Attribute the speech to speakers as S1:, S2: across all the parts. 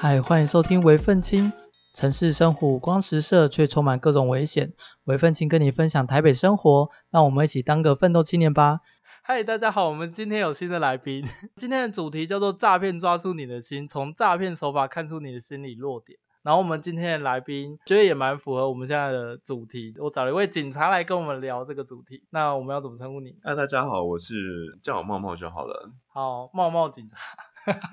S1: 嗨，欢迎收听《为愤青》。城市生活五光十色，却充满各种危险。为愤青跟你分享台北生活，让我们一起当个奋斗青年吧。嗨，大家好，我们今天有新的来宾。今天的主题叫做“诈骗抓住你的心”，从诈骗手法看出你的心理弱点。然后我们今天的来宾觉得也蛮符合我们现在的主题，我找了一位警察来跟我们聊这个主题。那我们要怎么称呼你？
S2: 啊，大家好，我是叫我茂茂就好了，
S1: 好，茂茂警察，，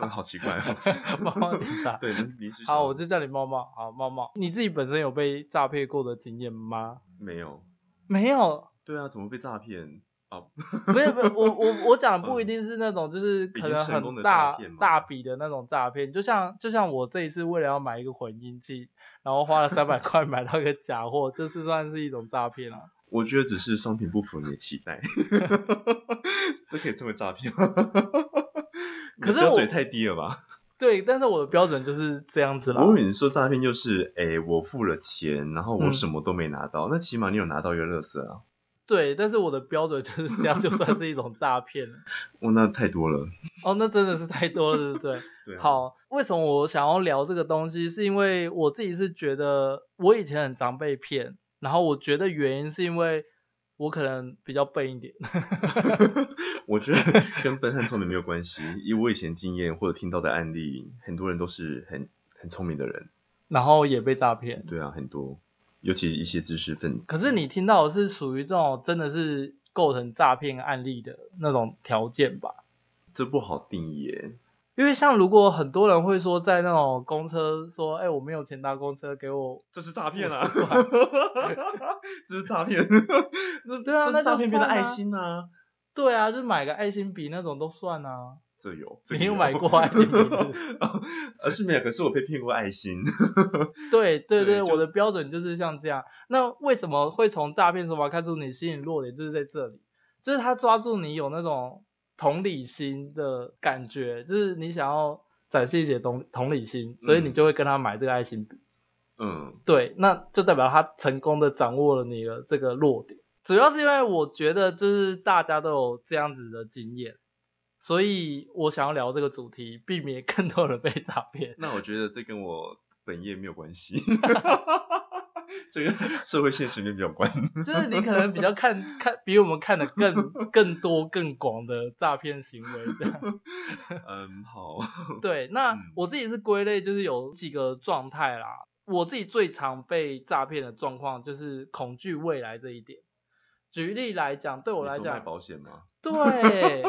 S2: 嗯好奇怪哦
S1: 茂茂警察
S2: 对，您您是
S1: 好，我
S2: 这
S1: 就叫你茂茂。好，茂茂，你自己本身有被诈骗过的经验吗？
S2: 没有，
S1: 没有，
S2: 对啊，怎么被诈骗？啊，
S1: 不是，不是，我我我讲的不一定是那种，就是
S2: 嗯经
S1: 可能
S2: 成功
S1: 很
S2: 的
S1: 大
S2: 诈骗吗
S1: 大笔的那种诈骗，就像就像我这一次为了要买一个混音器，然后花了三百块买到一个假货，这是算是一种诈骗啊。
S2: 我觉得只是商品不符你的期 待，这可以称为诈骗吗？ 你
S1: 可是
S2: 标
S1: 我
S2: 准也太低了吧？
S1: 对，但是我的标准就是这样子啦。
S2: 我以为你说诈骗就是，哎、我付了钱，然后我
S1: 嗯
S2: 什么都没拿到，那起码你有拿到一个乐色啊。
S1: 对，但是我的标准就是这样，就算是一种诈骗了。
S2: 哦，那太多了。
S1: 哦，那真的是太多了，对不对？
S2: 对、啊，，
S1: 好，为什么我想要聊这个东西？是因为我自己是觉得我以前很常被骗，然后我觉得原因是因为我可能比较笨一点。
S2: 我觉得 跟笨和聪明没有关系。以我以前经验或者听到的案例，很多人都是很很聪明的人。
S1: 然后也被诈骗。
S2: 对啊，很多，尤其一些知识分子。
S1: 可是你听到的是属于这种真的是构成诈骗案例的那种条件吧？
S2: 这不好定义耶。
S1: 因为像如果很多人会说在那种公车说，哎、我没有钱搭公车，给我
S2: 这是诈
S1: 骗啊
S2: 这是诈 骗。那
S1: 对啊
S2: 这是诈
S1: 那就
S2: 骗变
S1: 算啊
S2: 的爱心啊。
S1: 对啊，就买个爱心笔那种都算啊。
S2: 这有，这
S1: 你
S2: 个
S1: 有买过爱心笔是不
S2: 呃，是没有，可是我被骗过爱心。
S1: 对对对，
S2: 对就
S1: 我的标准就是像这样。那为什么会从诈骗手法看出你心理弱点，就是在这里，就是他抓住你有那种同理心的感觉，就是你想要展现一点同同理心，所以你
S2: 嗯
S1: 就会跟他买这个爱心笔。
S2: 嗯，
S1: 对，那就代表他成功的掌握了你的这个弱点。主要是因为我觉得就是大家都有这样子的经验，所以我想要聊这个主题，避免更多人被诈骗。
S2: 那我觉得这跟我本业没有关系。 这个社会现实面比较关，
S1: 就是你可能比较看看比我们看的更更多更广的诈骗行为这 样。
S2: 嗯，好，
S1: 对，那
S2: 嗯
S1: 我自己是归类就是有几个状态啦。我自己最常被诈骗的状况就是恐惧未来这一点。举例来讲，对我
S2: 你
S1: 来
S2: 说卖
S1: 讲，
S2: 保险吗？
S1: 对，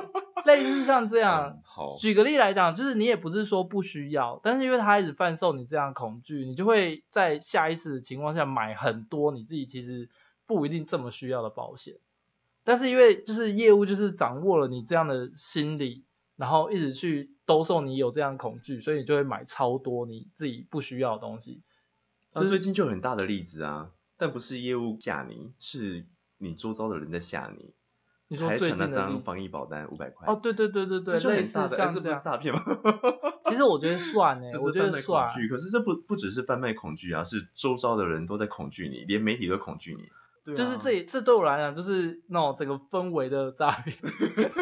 S1: 类似像这样
S2: 嗯。好，
S1: 举个例来讲，就是你也不是说不需要，但是因为他一直贩售你这样的恐惧，你就会在下意识的情况下买很多你自己其实不一定这么需要的保险。但是因为就是业务就是掌握了你这样的心理，然后一直去兜售你有这样的恐惧，所以你就会买超多你自己不需要的东西。
S2: 那最近就有很大的例子啊，但不是业务吓你，是你周遭的人在吓你。
S1: 你说
S2: 还
S1: 最
S2: 抢
S1: 近
S2: 那
S1: 的例
S2: 张
S1: 子
S2: 防疫保单五百块
S1: 哦，，对对对对对，
S2: 这就
S1: 类
S2: 很
S1: 似
S2: 大的，哎
S1: 像
S2: 这不
S1: 这
S2: 是
S1: 样，
S2: 诈骗吗？
S1: 其实我觉得算呢、
S2: 这
S1: 我
S2: 是
S1: 觉
S2: 贩
S1: 得
S2: 卖恐
S1: 算。
S2: 惧，可是这不不只是贩卖恐惧啊，是周遭的人都在恐惧你，连媒体都恐惧你。对啊
S1: 就是这这对我来讲就是那种整个氛围的诈骗，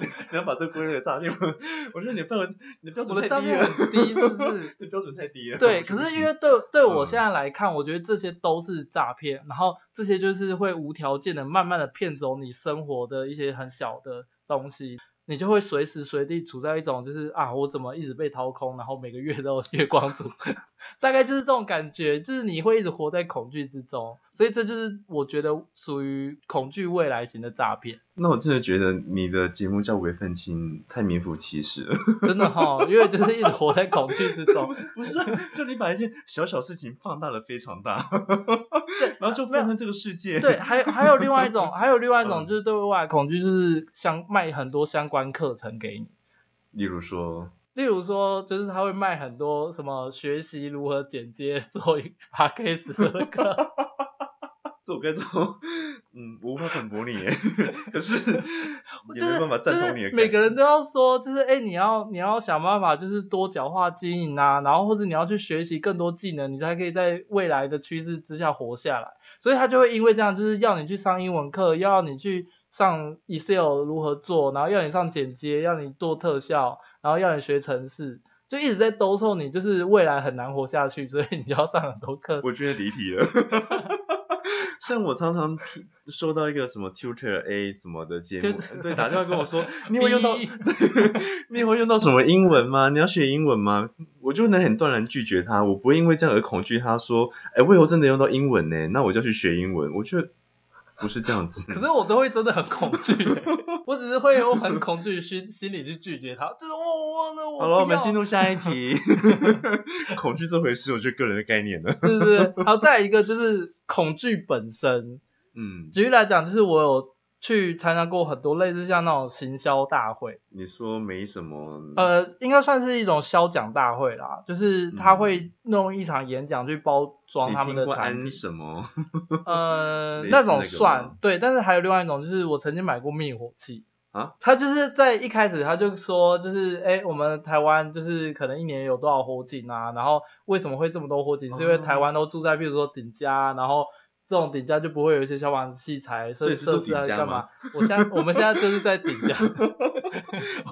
S2: 你要把这归类为诈骗吗？ 我觉得你的标准，你的标
S1: 我的
S2: 准
S1: 诈
S2: 太低
S1: 骗
S2: 了，
S1: 很低，是不 是？
S2: 你的标准太低了。
S1: 对，
S2: 我觉得
S1: 可
S2: 不
S1: 是
S2: 行
S1: 因为对对我
S2: 嗯
S1: 现在来看，我觉得这些都是诈骗，然后这些就是会无条件的慢慢的骗走你生活的一些很小的东西，你就会随时随地处在一种就是啊，我怎么一直被掏空，然后每个月都月光族， 大概就是这种感觉，就是你会一直活在恐惧之中，所以这就是我觉得属于恐惧未来型的诈骗。
S2: 那我真的觉得你的节目叫《为愤青》太名副其实了。
S1: 真的哈、因为就是一直活在恐惧之中。
S2: 不是啊，就你把一件小小事情放大的非常大，
S1: 对
S2: 然后就
S1: 没有
S2: 放在这个世界。
S1: 对，还有还有另外一种，还有另外一种
S2: 嗯
S1: 就是对外恐惧，就是相卖很多相关课程给你，
S2: 例如说，
S1: 例如说就是他会卖很多什么学习如何剪接做 podcast 的课，
S2: 这我该怎么？ 嗯，我无法反驳你 耶，可是也
S1: 就是
S2: 没办法
S1: 就
S2: 赞同你
S1: 是
S2: 的。
S1: 每个人都要说，就是哎、你要你要想办法就是多角化经营啊，然后或者你要去学习更多技能，你才可以在未来的趋势之下活下来。所以他就会因为这样，就是要你去上英文课，要你去上 Excel 如何做，然后要你上剪接，要你做特效，然后要你学程式，就一直在兜售你，就是未来很难活下去，所以你就要上很多课。
S2: 我觉得离题了。 像我常常听收到一个什么 Tutor A 什么的节目
S1: 就，
S2: 对，打电话跟 我说，你会用到
S1: 逼，
S2: 你会用到什么英文吗？你要学英文吗？我就能很断然拒绝他，我不会因为这样而恐惧他说，哎，我以后真的用到英文呢，那我就去学英文。我觉得不是这样子，
S1: 可是我都会真的很恐惧、欸我只是会有很恐惧的心心理去拒绝他，就是我我那我
S2: 好了，我
S1: 不要
S2: 们进入下一 题。 恐惧这回事，我觉得个人的概念了。
S1: 是是是，好，再来一个就是恐惧本身。
S2: 嗯，
S1: 举例来讲，就是我有去参加过很多类似像那种行销大会，
S2: 你说没什么，
S1: 呃，应该算是一种销奖大会啦，就是他会弄一场演讲去包装
S2: 嗯你
S1: 他们
S2: 听
S1: 的
S2: 过
S1: 产品
S2: 安，什么？
S1: 呃，
S2: 类似
S1: 那种
S2: 那个吗
S1: 算对，但是还有另外一种，就是我曾经买过灭火器。
S2: 啊，
S1: 他就是在一开始他就说，就是哎、诶我们台湾就是可能一年有多少火警啊，然后为什么会这么多火警，是因为
S2: 哦
S1: 台湾都住在譬如说顶家，啊然后这种顶家就不会有一些消防器材
S2: 所
S1: 设
S2: 以是住
S1: 设施啊
S2: 顶家
S1: 干
S2: 吗
S1: 嘛？我现在我们现在就是在顶 家，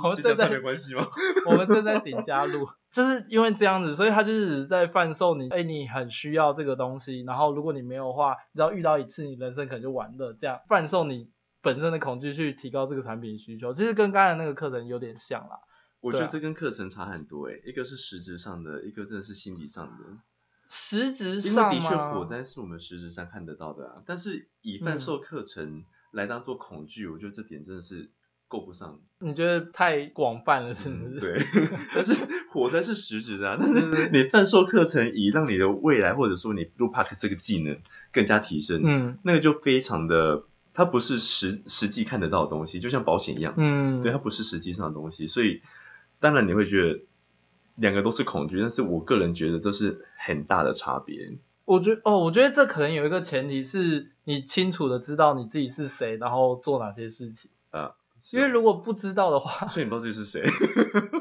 S1: 我们
S2: 这
S1: 正
S2: 讲
S1: 在
S2: 这没关 系吗？
S1: 我们正在顶加入， 就是因为这样子，所以他就是在贩售你，哎，你很需要这个东西，然后如果你没有的话，你只要遇到一次，你人生可能就完了，这样贩售你本身的恐惧去提高这个产品需求，其实跟刚才那个课程有点像啦。
S2: 我觉
S1: 对啊
S2: 得这跟课程差很多欸诶、一个是实质上的，一个真的是心理上的。
S1: 实质
S2: 因
S1: 上
S2: 为的确
S1: 嘛
S2: 火灾是我们实质上看得到的啊，但是以
S1: 嗯
S2: 贩售课程来当做恐惧，我觉得这点真的是够不 上。
S1: 你觉得太广泛了，是不是？
S2: 嗯
S1: 嗯
S2: 对， 但是火灾是实质的啊，但是你贩售课程以让你的未来或者说你录 p a r k 这个技能更加提升，
S1: 嗯
S2: 那个就非常的，它不是实实际看得到的东西，就像保险一样，
S1: 嗯，
S2: 对，它不是实际上的东西，所以当然你会觉得两个都是恐惧，但是我个人觉得这是很大的差别。
S1: 我觉哦，我觉得这可能有一个前提是你清楚的知道你自己是谁，然后做哪些事情，因
S2: 啊
S1: 为如果不知道的话，
S2: 所以你不知道自己是谁，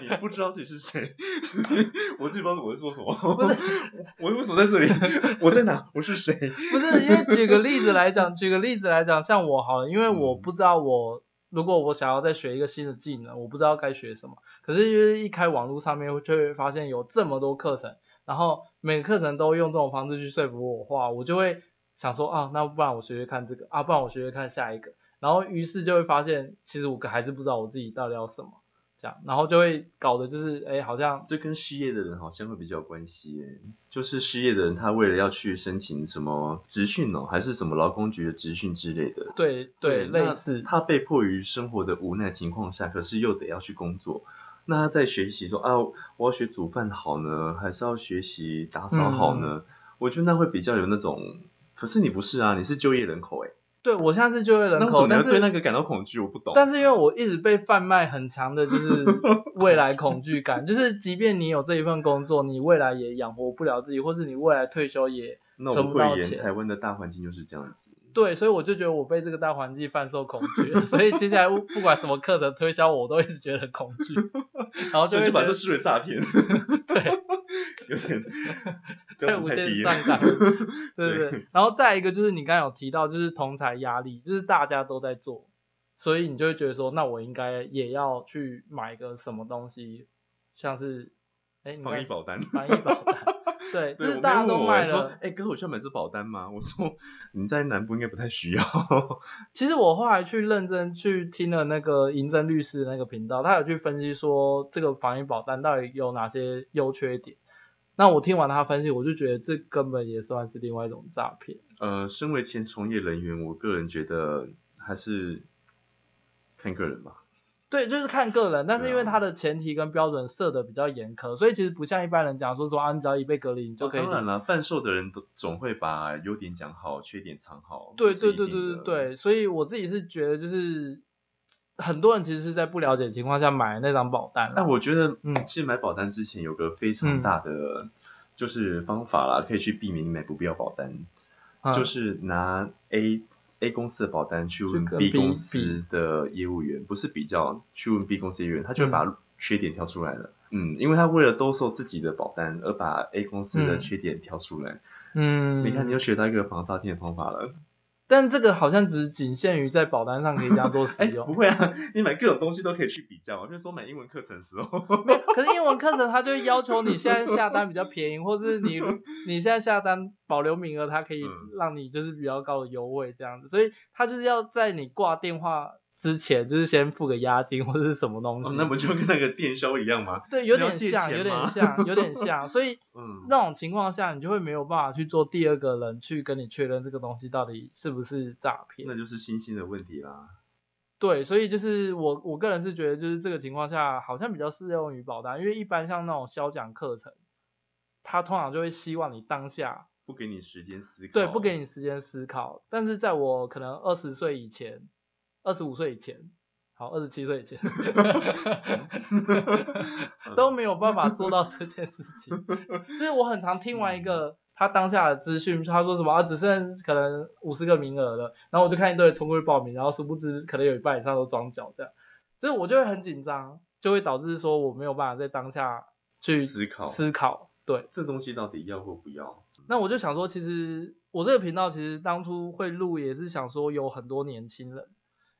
S2: 你不知道自己是谁， 我自己不知道我在做什么，
S1: 不是
S2: 我为什么在这里？ 我在哪？我是谁？
S1: 不是因为举个例子来讲，举个例子来讲，像我好了，因为我
S2: 嗯
S1: 不知道我如果我想要再学一个新的技能，我不知道该学什么。可是因为一开网络上面就会发现有这么多课程，然后每个课程都用这种方式去说服我的话，我就会想说啊，那不然我学学看这个啊，不然我学学看下一个，然后于是就会发现，其实我还是不知道我自己到底要什么。这样，然后就会搞得就是，哎，好像
S2: 这跟失业的人好像会比较有关系耶。就是失业的人，他为了要去申请什么职训哦，还是什么劳工局的职训之类的。
S1: 对对类
S2: 那
S1: 似，
S2: 他被迫于生活的无奈情况下，可是又得要去工作。那他在学习说啊，我要学煮饭好呢，还是要学习打扫好
S1: 嗯
S2: 呢？我觉得那会比较有那种，可是你不是啊，你是就业人口哎、
S1: 对我现在是就业
S2: 那
S1: 人
S2: 为什
S1: 口，
S2: 么
S1: 但
S2: 要
S1: 是
S2: 对那个感到恐惧？我不懂。
S1: 但是因为我一直被贩卖很强的就是 未来恐惧感，就是即便你有这一份工作，你未来也养活不了自己，或是你未来退休也
S2: 那我
S1: 存
S2: 不
S1: 不到
S2: 会言，
S1: 钱
S2: 台湾的大环境就是这样子。
S1: 对，所以我就觉得我被这个大环境贩售恐惧 了，所以接下来不不管什么课程推销我，我都一直觉得很恐 惧，然后就
S2: 所以
S1: 会
S2: 就把
S1: 觉
S2: 这
S1: 得
S2: 视为诈骗，
S1: 对，哎
S2: 有点
S1: 太
S2: 标
S1: 无
S2: 准太
S1: 限
S2: 低了
S1: 上。纲，对 对对。然后再一个就是你刚才有提到，就是同才压力，就是大家都在做，所以你就会觉得说，那我应该也要去买个什么东西，像是，哎，你刚
S2: 防疫保单。
S1: 翻译 保单， 对，就
S2: 对，
S1: 是
S2: 我
S1: 大家
S2: 妹问
S1: 都
S2: 我
S1: 卖
S2: 说
S1: 了。：“
S2: 哎、哥，我需要买这保单吗？” 我说：“你在南部应该不太需要。”
S1: 其实我后来去认真去听了那个银针律师的那个频道，他有去分析说这个防疫保单到底有哪些优缺点。那我听完他分析，我就觉得这根本也算是另外一种诈骗。
S2: 呃，身为前从业人员，我个人觉得还是看个人吧。
S1: 对，就是看个人，但是
S2: 对啊
S1: 因为它的前提跟标准设的比较严苛，所以其实不像一般人讲说说啊，你只要一被隔离，你就可以
S2: 哦当然了，贩售的人都总会把优点讲好，缺点藏好。
S1: 对对
S2: 这是一
S1: 对
S2: 定
S1: 对
S2: 的
S1: 对，对，所以我自己是觉得就是很多人其实是在不了解的情况下买那张保单啦。
S2: 但我觉得，嗯，
S1: 嗯
S2: 其实买保单之前有个非
S1: 嗯
S2: 常大的就是方法啦，可以去避免你买不必要保单，
S1: 嗯
S2: 就是拿 A。A 公司的保单去问
S1: 去跟
S2: B
S1: B-
S2: 公司的业务员，不是比较，去问 B 公司业务员，他
S1: 嗯
S2: 就会把缺点挑出来了。嗯，因为他为了兜售自己的保单，而把 A 公司的
S1: 嗯
S2: 缺点挑出来。
S1: 嗯，
S2: 你看，你又学到一个防诈骗的方法了。
S1: 但这个好像只仅限于在保单上可以这样做使
S2: 哎，
S1: 用
S2: 不。会啊，你买各种东西都可以去比较，啊就是说买英文课程的时候，
S1: 可是英文课程它就会要求你现在下单比较便宜，或是 你你现在下单保留名额，它可以
S2: 嗯
S1: 让你就是比较高的优惠这样子，所以它就是要在你挂电话之前，就是先付个押金或者是什么东
S2: 哦
S1: 西。
S2: 那不就跟那个电销一样吗？
S1: 对，有
S2: 你要
S1: 点
S2: 借
S1: 像，
S2: 钱
S1: 有点
S2: 吗
S1: 像，有点像，所以
S2: 嗯，
S1: 那种情况下，你就会没有办法去做第二个人去跟你确认这个东西到底是不是诈骗。
S2: 那就是新兴的问题啦。
S1: 对，所以就是我我个人是觉得，就是这个情况下好像比较适用于保单，因为一般像那种销奖课程，他通常就会希望你当下
S2: 不给你时间思考，
S1: 对不给你时间思考，但是在我可能二十岁以前，二十五岁以前，好二十七岁以前
S2: 嗯，
S1: 都没有办法做到这件事情。就是我很常听完一
S2: 嗯
S1: 个他当下的资讯，他说什么啊，只剩可能五十个名额了，然后我就看一堆人冲过去报名，然后殊不知可能有一半以上都装脚这样，所以我就会很紧张，就会导致说我没有办法在当下去
S2: 思考
S1: 思考，对。
S2: 这东西到底要或不要？
S1: 那我就想说，其实我这个频道其实当初会录也是想说，有很多年轻人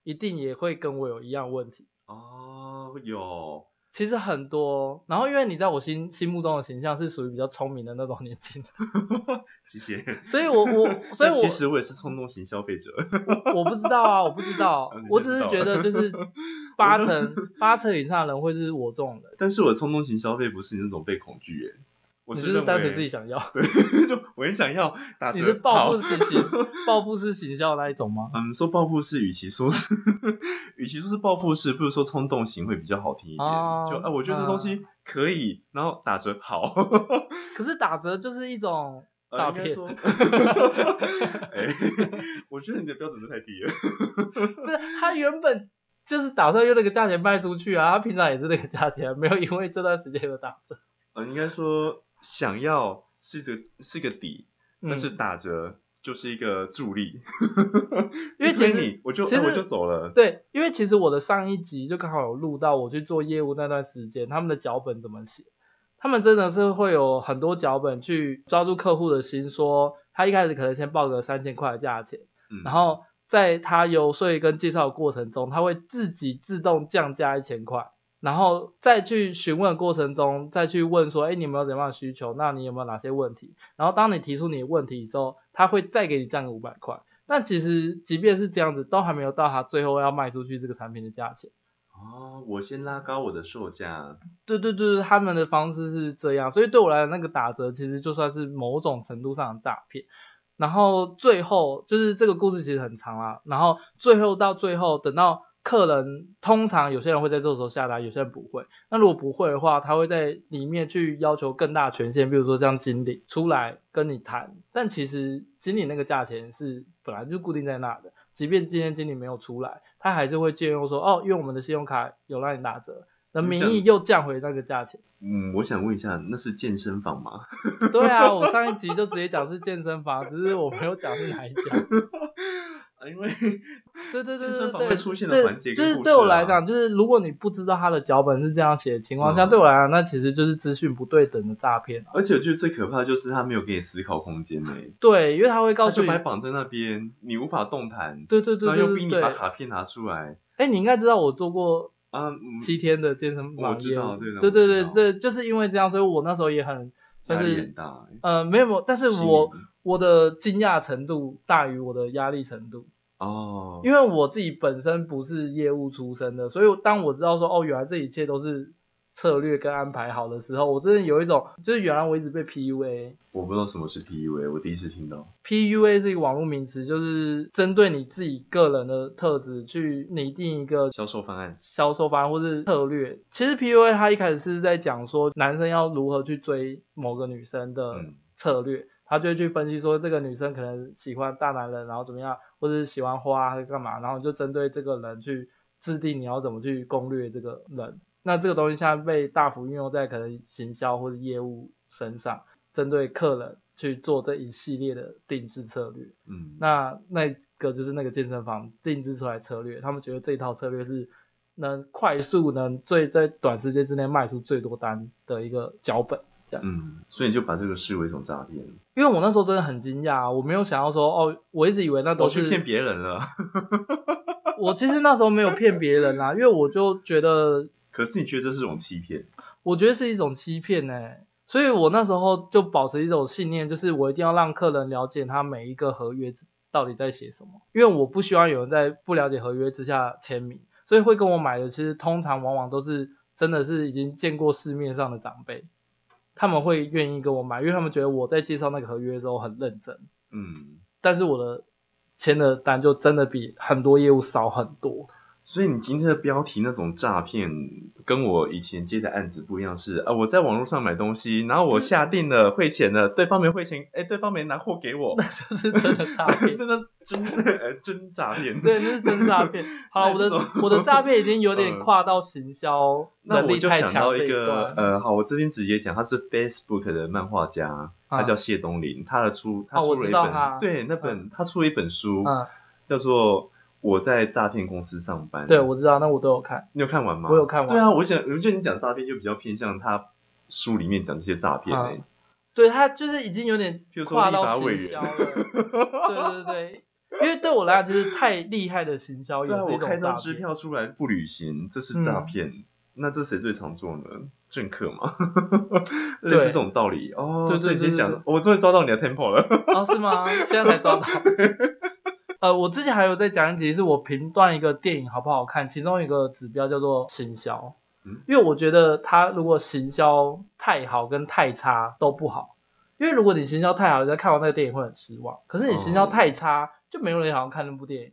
S1: 一定也会跟我有一样问题。
S2: 哦，有，
S1: 其实很多，然后因为你在我心心目中的形象是属于比较聪明的那种年轻人，
S2: 谢谢。
S1: 所以我 我所以
S2: 但
S1: 我
S2: 其实我也是冲动型消费者，
S1: 我不知道啊，我不知道
S2: 嗯你，
S1: 我
S2: 就
S1: 只
S2: 知
S1: 是
S2: 道
S1: 觉 得就是八成八成以上的人会是我这种人，
S2: 但是我冲动型消费不是你那种被恐惧耶，我
S1: 你
S2: 是
S1: 就
S2: 认
S1: 是
S2: 为
S1: 单纯自己想要，
S2: 就我很想要打折，
S1: 你是报
S2: 好
S1: 复式 行报复式行销的那一种吗？
S2: 嗯，说报复式，与其说是，与其说是报复式，不如说冲动型会比较好听一点。
S1: 哦
S2: 就，哎、我觉得这东西可以，然后打折好。
S1: 可是打折就是一种
S2: 呃
S1: 诈
S2: 应该
S1: 骗，
S2: 说，哎、我觉得你的标准都太低了。
S1: 不是他原本就是打算用那个价钱卖出去啊，他平常也是那个价钱，没有因为这段时间有打折。
S2: 呃，应该说想要是个是个底，
S1: 嗯
S2: 但是打折就是一个助力。
S1: 因为
S2: 一
S1: 其
S2: 推
S1: 实
S2: 你我就、
S1: 其
S2: 哎我
S1: 实
S2: 就走了。
S1: 对，因为其实我的上一集就刚好有录到我去做业务那段时间，他们的脚本怎么写，他们真的是会有很多脚本去抓住客户的心，说他一开始可能先报个三千块的价钱，
S2: 嗯
S1: 然后在他游说跟介绍的过程中，他会自己自动降价一千块，然后再去询问的过程中，再去问说，哎，你有没有怎样的需求？那你有没有哪些问题？然后当你提出你的问题之后，他会再给你降个五百块。但其实即便是这样子，都还没有到他最后要卖出去这个产品的价钱。
S2: 哦，我先拉高我的售价。
S1: 对对对，对他们的方式是这样，所以对我来讲，那个打折其实就算是某种程度上的诈骗。然后最后就是这个故事其实很长啦，然后最后到最后等到客人，通常有些人会在这个时候下单，有些人不会。那如果不会的话，他会在里面去要求更大的权限，比如说像经理出来跟你谈，但其实经理那个价钱是本来就固定在那的，即便今天经理没有出来，他还是会借用说哦，因为我们的信用卡有让你打折。那名义又降回那个价钱，
S2: 嗯，我想问一下，那是健身房吗？
S1: 对啊，我上一集就直接讲是健身房，只是我没有讲是哪一家。
S2: 啊因为
S1: 对对对
S2: 健
S1: 对
S2: 身
S1: 对
S2: 房
S1: 对，
S2: 会出现的环节
S1: 就
S2: 跟
S1: 是
S2: 故
S1: 对
S2: 事
S1: 我来
S2: 啊
S1: 讲，就是如果你不知道他的脚本是这样写的情况下，
S2: 嗯
S1: 对我来讲，那其实就是资讯不对等的诈骗啊。
S2: 而且我觉得最可怕的就是他没有给你思考空间呢、
S1: 对，因为他会
S2: 他
S1: 告诉
S2: 就
S1: 你
S2: 把，你绑在那边，你无法动弹，
S1: 对对对
S2: 然后又
S1: 对
S2: 逼
S1: 对
S2: 你把
S1: 对。
S2: 卡片拿出来
S1: 哎，你应该知道我做过
S2: 啊，嗯
S1: 七天的健身
S2: 我
S1: 房
S2: 知
S1: 业
S2: 道
S1: 务
S2: 对的
S1: 对
S2: 我
S1: 对
S2: 知
S1: 对
S2: 道
S1: 对，就是因为这样，所以我那时候也很
S2: 啊压
S1: 就
S2: 力
S1: 是
S2: 很大欸、
S1: 呃没有，但是
S2: 心
S1: 我
S2: 理
S1: 我的惊讶程度大于我的压力程度。
S2: 哦，
S1: 因为我自己本身不是业务出身的，所以当我知道说哦，原来这一切都是策略跟安排好的时候，我真的有一种就是原来我一直被 PUA。
S2: 我不知道什么是 PUA，我第一次听到。
S1: PUA 是一个网络名词，就是针对你自己个人的特质去拟定一个
S2: 销售方案，
S1: 销售方案或是策略。其实 PUA 它一开始是在讲说男生要如何去追某个女生的
S2: 嗯
S1: 策略，他就会去分析说这个女生可能喜欢大男人，然后怎么样，或者是喜欢花还是干嘛，然后你就针对这个人去制定你要怎么去攻略这个人。那这个东西现在被大幅运用在可能行销或者业务身上，针对客人去做这一系列的定制策略。
S2: 嗯，
S1: 那那个就是那个健身房定制出来的策略，他们觉得这一套策略是能快速能最在短时间之内卖出最多单的一个脚本。这样。
S2: 嗯，所以你就把这个视为一种诈骗，
S1: 因为我那时候真的很惊讶，啊我没有想要说哦，我一直以为那
S2: 我
S1: 都
S2: 去骗
S1: 是
S2: 别人了。
S1: 我其实那时候没有骗别人啦、因为我就觉得
S2: 可是你觉得这是一种欺骗？
S1: 我觉得是一种欺骗呢、所以我那时候就保持一种信念，就是我一定要让客人了解他每一个合约到底在写什么，因为我不希望有人在不了解合约之下签名，所以会跟我买的，其实通常往往都是真的是已经见过市面上的长辈，他们会愿意跟我买，因为他们觉得我在介绍那个合约的时候很认真，
S2: 嗯，
S1: 但是我的签的单就真的比很多业务少很多，
S2: 所以你今天的标题那种诈骗，跟我以前接的案子不一样是，啊，我在网络上买东西，然后我下定了汇钱了，对方没汇钱，哎，对方没拿货 给我，
S1: 就是真的诈骗。
S2: 那那真呃真诈骗。
S1: 对，那是真诈骗。好了，我
S2: 那
S1: 的
S2: 这种
S1: 我的诈骗已经有点
S2: 嗯
S1: 跨到行销
S2: 那
S1: 能
S2: 我
S1: 力
S2: 就
S1: 太
S2: 想
S1: 强
S2: 到
S1: 这
S2: 一个
S1: 段。
S2: 呃，好，我这边直接讲，他是 Facebook 的漫画家，
S1: 啊
S2: 他叫谢东林，他的出他
S1: 哦我
S2: 出了
S1: 知
S2: 一
S1: 道
S2: 本，
S1: 他
S2: 对，那本、他出了一本书，
S1: 嗯，
S2: 叫做《我在诈骗公司上班》。
S1: 对，我知道，那我都有看。
S2: 你有看完吗？
S1: 我有看完
S2: 对啊，我想，我觉得你讲诈骗就比较偏向他书里面讲这些诈骗
S1: 啊
S2: 诶、欸。
S1: 对他就是已经有点
S2: 譬如说
S1: 跨
S2: 立
S1: 到
S2: 法委
S1: 行
S2: 员
S1: 销 了。对对对，因为对我来讲，就是太厉害的行销也
S2: 对啊，
S1: 是一
S2: 我开
S1: 种诈
S2: 张支
S1: 骗。嗯
S2: 票出来不履行，这是诈骗。那这谁最常做呢？政客 嘛，类似这种道理哦。
S1: 对对
S2: 所以你今天
S1: 对
S2: 讲
S1: 对，
S2: 我终于抓到你的 tempo 了。
S1: 哦，是吗？现在才抓到。呃，我之前还有在讲一集，是我评断一个电影好不好看，其中一个指标叫做行销
S2: 嗯，
S1: 因为我觉得它如果行销太好跟太差都不好，因为如果你行销太好，人家看完那个电影会很失望，可是你行销太差，就没有人想要看那部电
S2: 哦
S1: 影，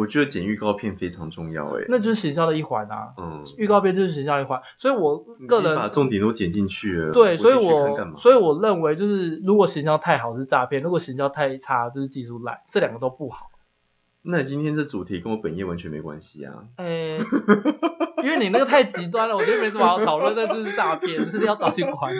S2: 我觉得剪预告片非常重要诶、欸。
S1: 那就是行销的一环啊，
S2: 嗯，
S1: 预告片就是行销一环，所以我
S2: 你已
S1: 个
S2: 经
S1: 人
S2: 把重点都剪进去了。
S1: 对，所以
S2: 我进去看干
S1: 我
S2: 嘛
S1: 所以我认为就是如果行销太好是诈骗，如果行销太差就是技术烂，这两个都不好。
S2: 那你今天这主题跟我本业完全没关系啊。
S1: 诶、呃因为你那个太极端了，我觉得没什么好讨论，那就是诈骗，就是要找去管。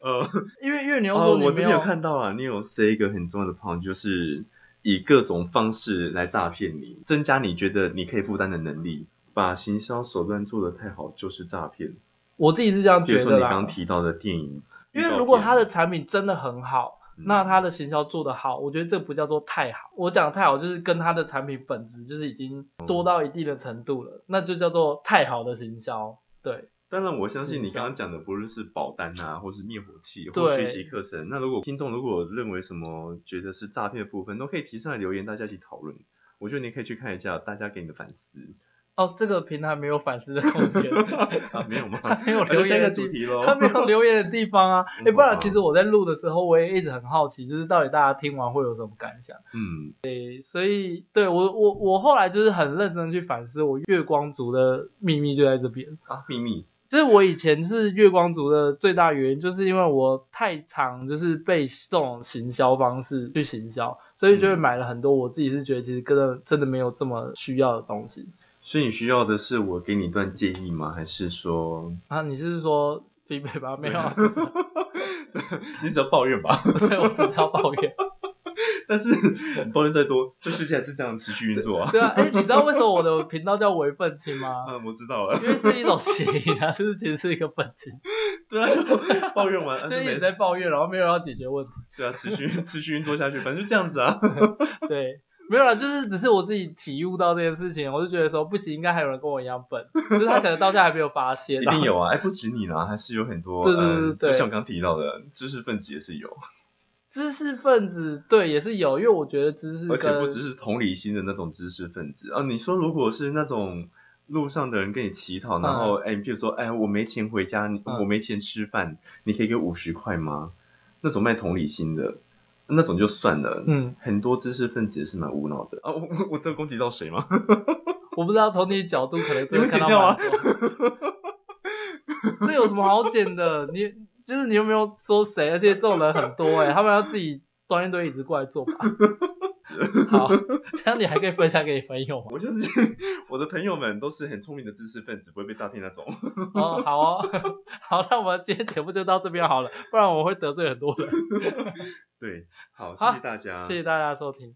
S2: 呃，
S1: 因为因为你又
S2: 哦
S1: 说，你
S2: 我
S1: 没
S2: 这
S1: 有，
S2: 边有看到啊，你有 say 一个很重要的 point，就是以各种方式来诈骗你，增加你觉得你可以负担的能力。把行销手段做得太好就是诈骗，
S1: 我自己是这样
S2: 比如
S1: 觉
S2: 说你
S1: 得
S2: 刚刚
S1: 啦。
S2: 提到的电影，
S1: 因
S2: 预告
S1: 为
S2: 片
S1: 如果他的产品真的很好，
S2: 嗯
S1: 那他的行销做得好，我觉得这不叫做太好。我讲太好就是跟他的产品本质就是已经
S2: 哦
S1: 多到一定的程度了，那就叫做太好的行销。对，
S2: 当然我相信你
S1: 行销
S2: 刚刚讲的不论是保单啊，或是灭火器，
S1: 对
S2: 或学习课程，那如果听众如果认为什么觉得是诈骗的部分，都可以提上来留言，大家一起讨论。我觉得你可以去看一下大家给你的反思
S1: 哦，这个平台没有反思的空间。
S2: 啊，没有吗？
S1: 他 没有留
S2: 留下一
S1: 言的
S2: 个
S1: 地
S2: 主题喽。
S1: 他没有留言的地方 啊。哎、
S2: 哦嗯
S1: 不然其实我在录的时候，我也一直很好奇，就是到底大家听完会有什么感想。
S2: 嗯，
S1: 所以对我我我后来就是很认真地去反思，我月光族的秘密就在这边。
S2: 啊，秘密，
S1: 就是我以前是月光族的最大原因，就是因为我太常就是被这种行销方式去行销，所以就会
S2: 嗯
S1: 买了很多我自己是觉得其实真的真的没有这么需要的东西。
S2: 所以你需要的是我给你一段建议吗？还是说
S1: 啊，你是说必备吧？没有，
S2: 你只要抱怨吧？
S1: 所以我只是要抱怨。
S2: 但是你抱怨再多，这世界还是这样持续运作 啊。
S1: 对啊，哎、你知道为什么我的频道叫为愤青吗？
S2: 嗯，我知道了。
S1: 因为是一种谐音啊，就是其实是一个愤青，
S2: 对啊，就抱怨完，啊
S1: 就是
S2: 就
S1: 一直
S2: 没
S1: 在抱怨，然后没有要解决问题。
S2: 对啊，持续持续运作下去，反正就这样子啊。
S1: 对，没有啦，就是只是我自己体悟到这件事情，我就觉得说不行，应该还有人跟我一样 笨，就是他可能到现在还没有发现。
S2: 一定有啊，哎，不止你啦，还是有很多，
S1: 对对对
S2: 嗯
S1: 对
S2: 就像我刚提到的，知识分子也是有，
S1: 知识分子，对，也是有，因为我觉得知识
S2: 而且
S1: 跟
S2: 不只是同理心的那种知识分子啊。你说如果是那种。路上的人跟你乞讨，然后哎，譬如说，哎，我没钱回家，你
S1: 嗯
S2: 我没钱吃饭，你可以给五十块吗？那种卖同理心的，那种就算了。
S1: 嗯，
S2: 很多知识分子也是蛮无脑的啊！我我 我这攻击到谁吗？
S1: 我不知道从你的角度可能真
S2: 你
S1: 的
S2: 会
S1: 看到
S2: 剪掉
S1: 蛮
S2: 吗
S1: 多。这有什么好剪的？你就是你又没有说谁，而且这种人很多哎、他们要自己端一堆椅子过来 坐吧。好，这样你还可以分享给你朋友吗？
S2: 我就是我的朋友们都是很聪明的知识分子，不会被诈骗那种。
S1: 哦，好哦， 好，那我们今天节目就到这边好了，不然我会得罪很多人。
S2: 对，好，谢
S1: 好
S2: 谢大家，
S1: 谢谢大家收听。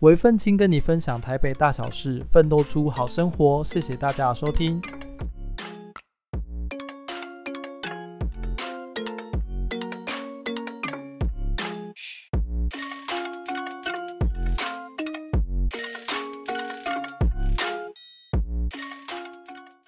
S1: 韦奋青跟你分享台北大小事，奋斗出好生活。谢谢大家的收听。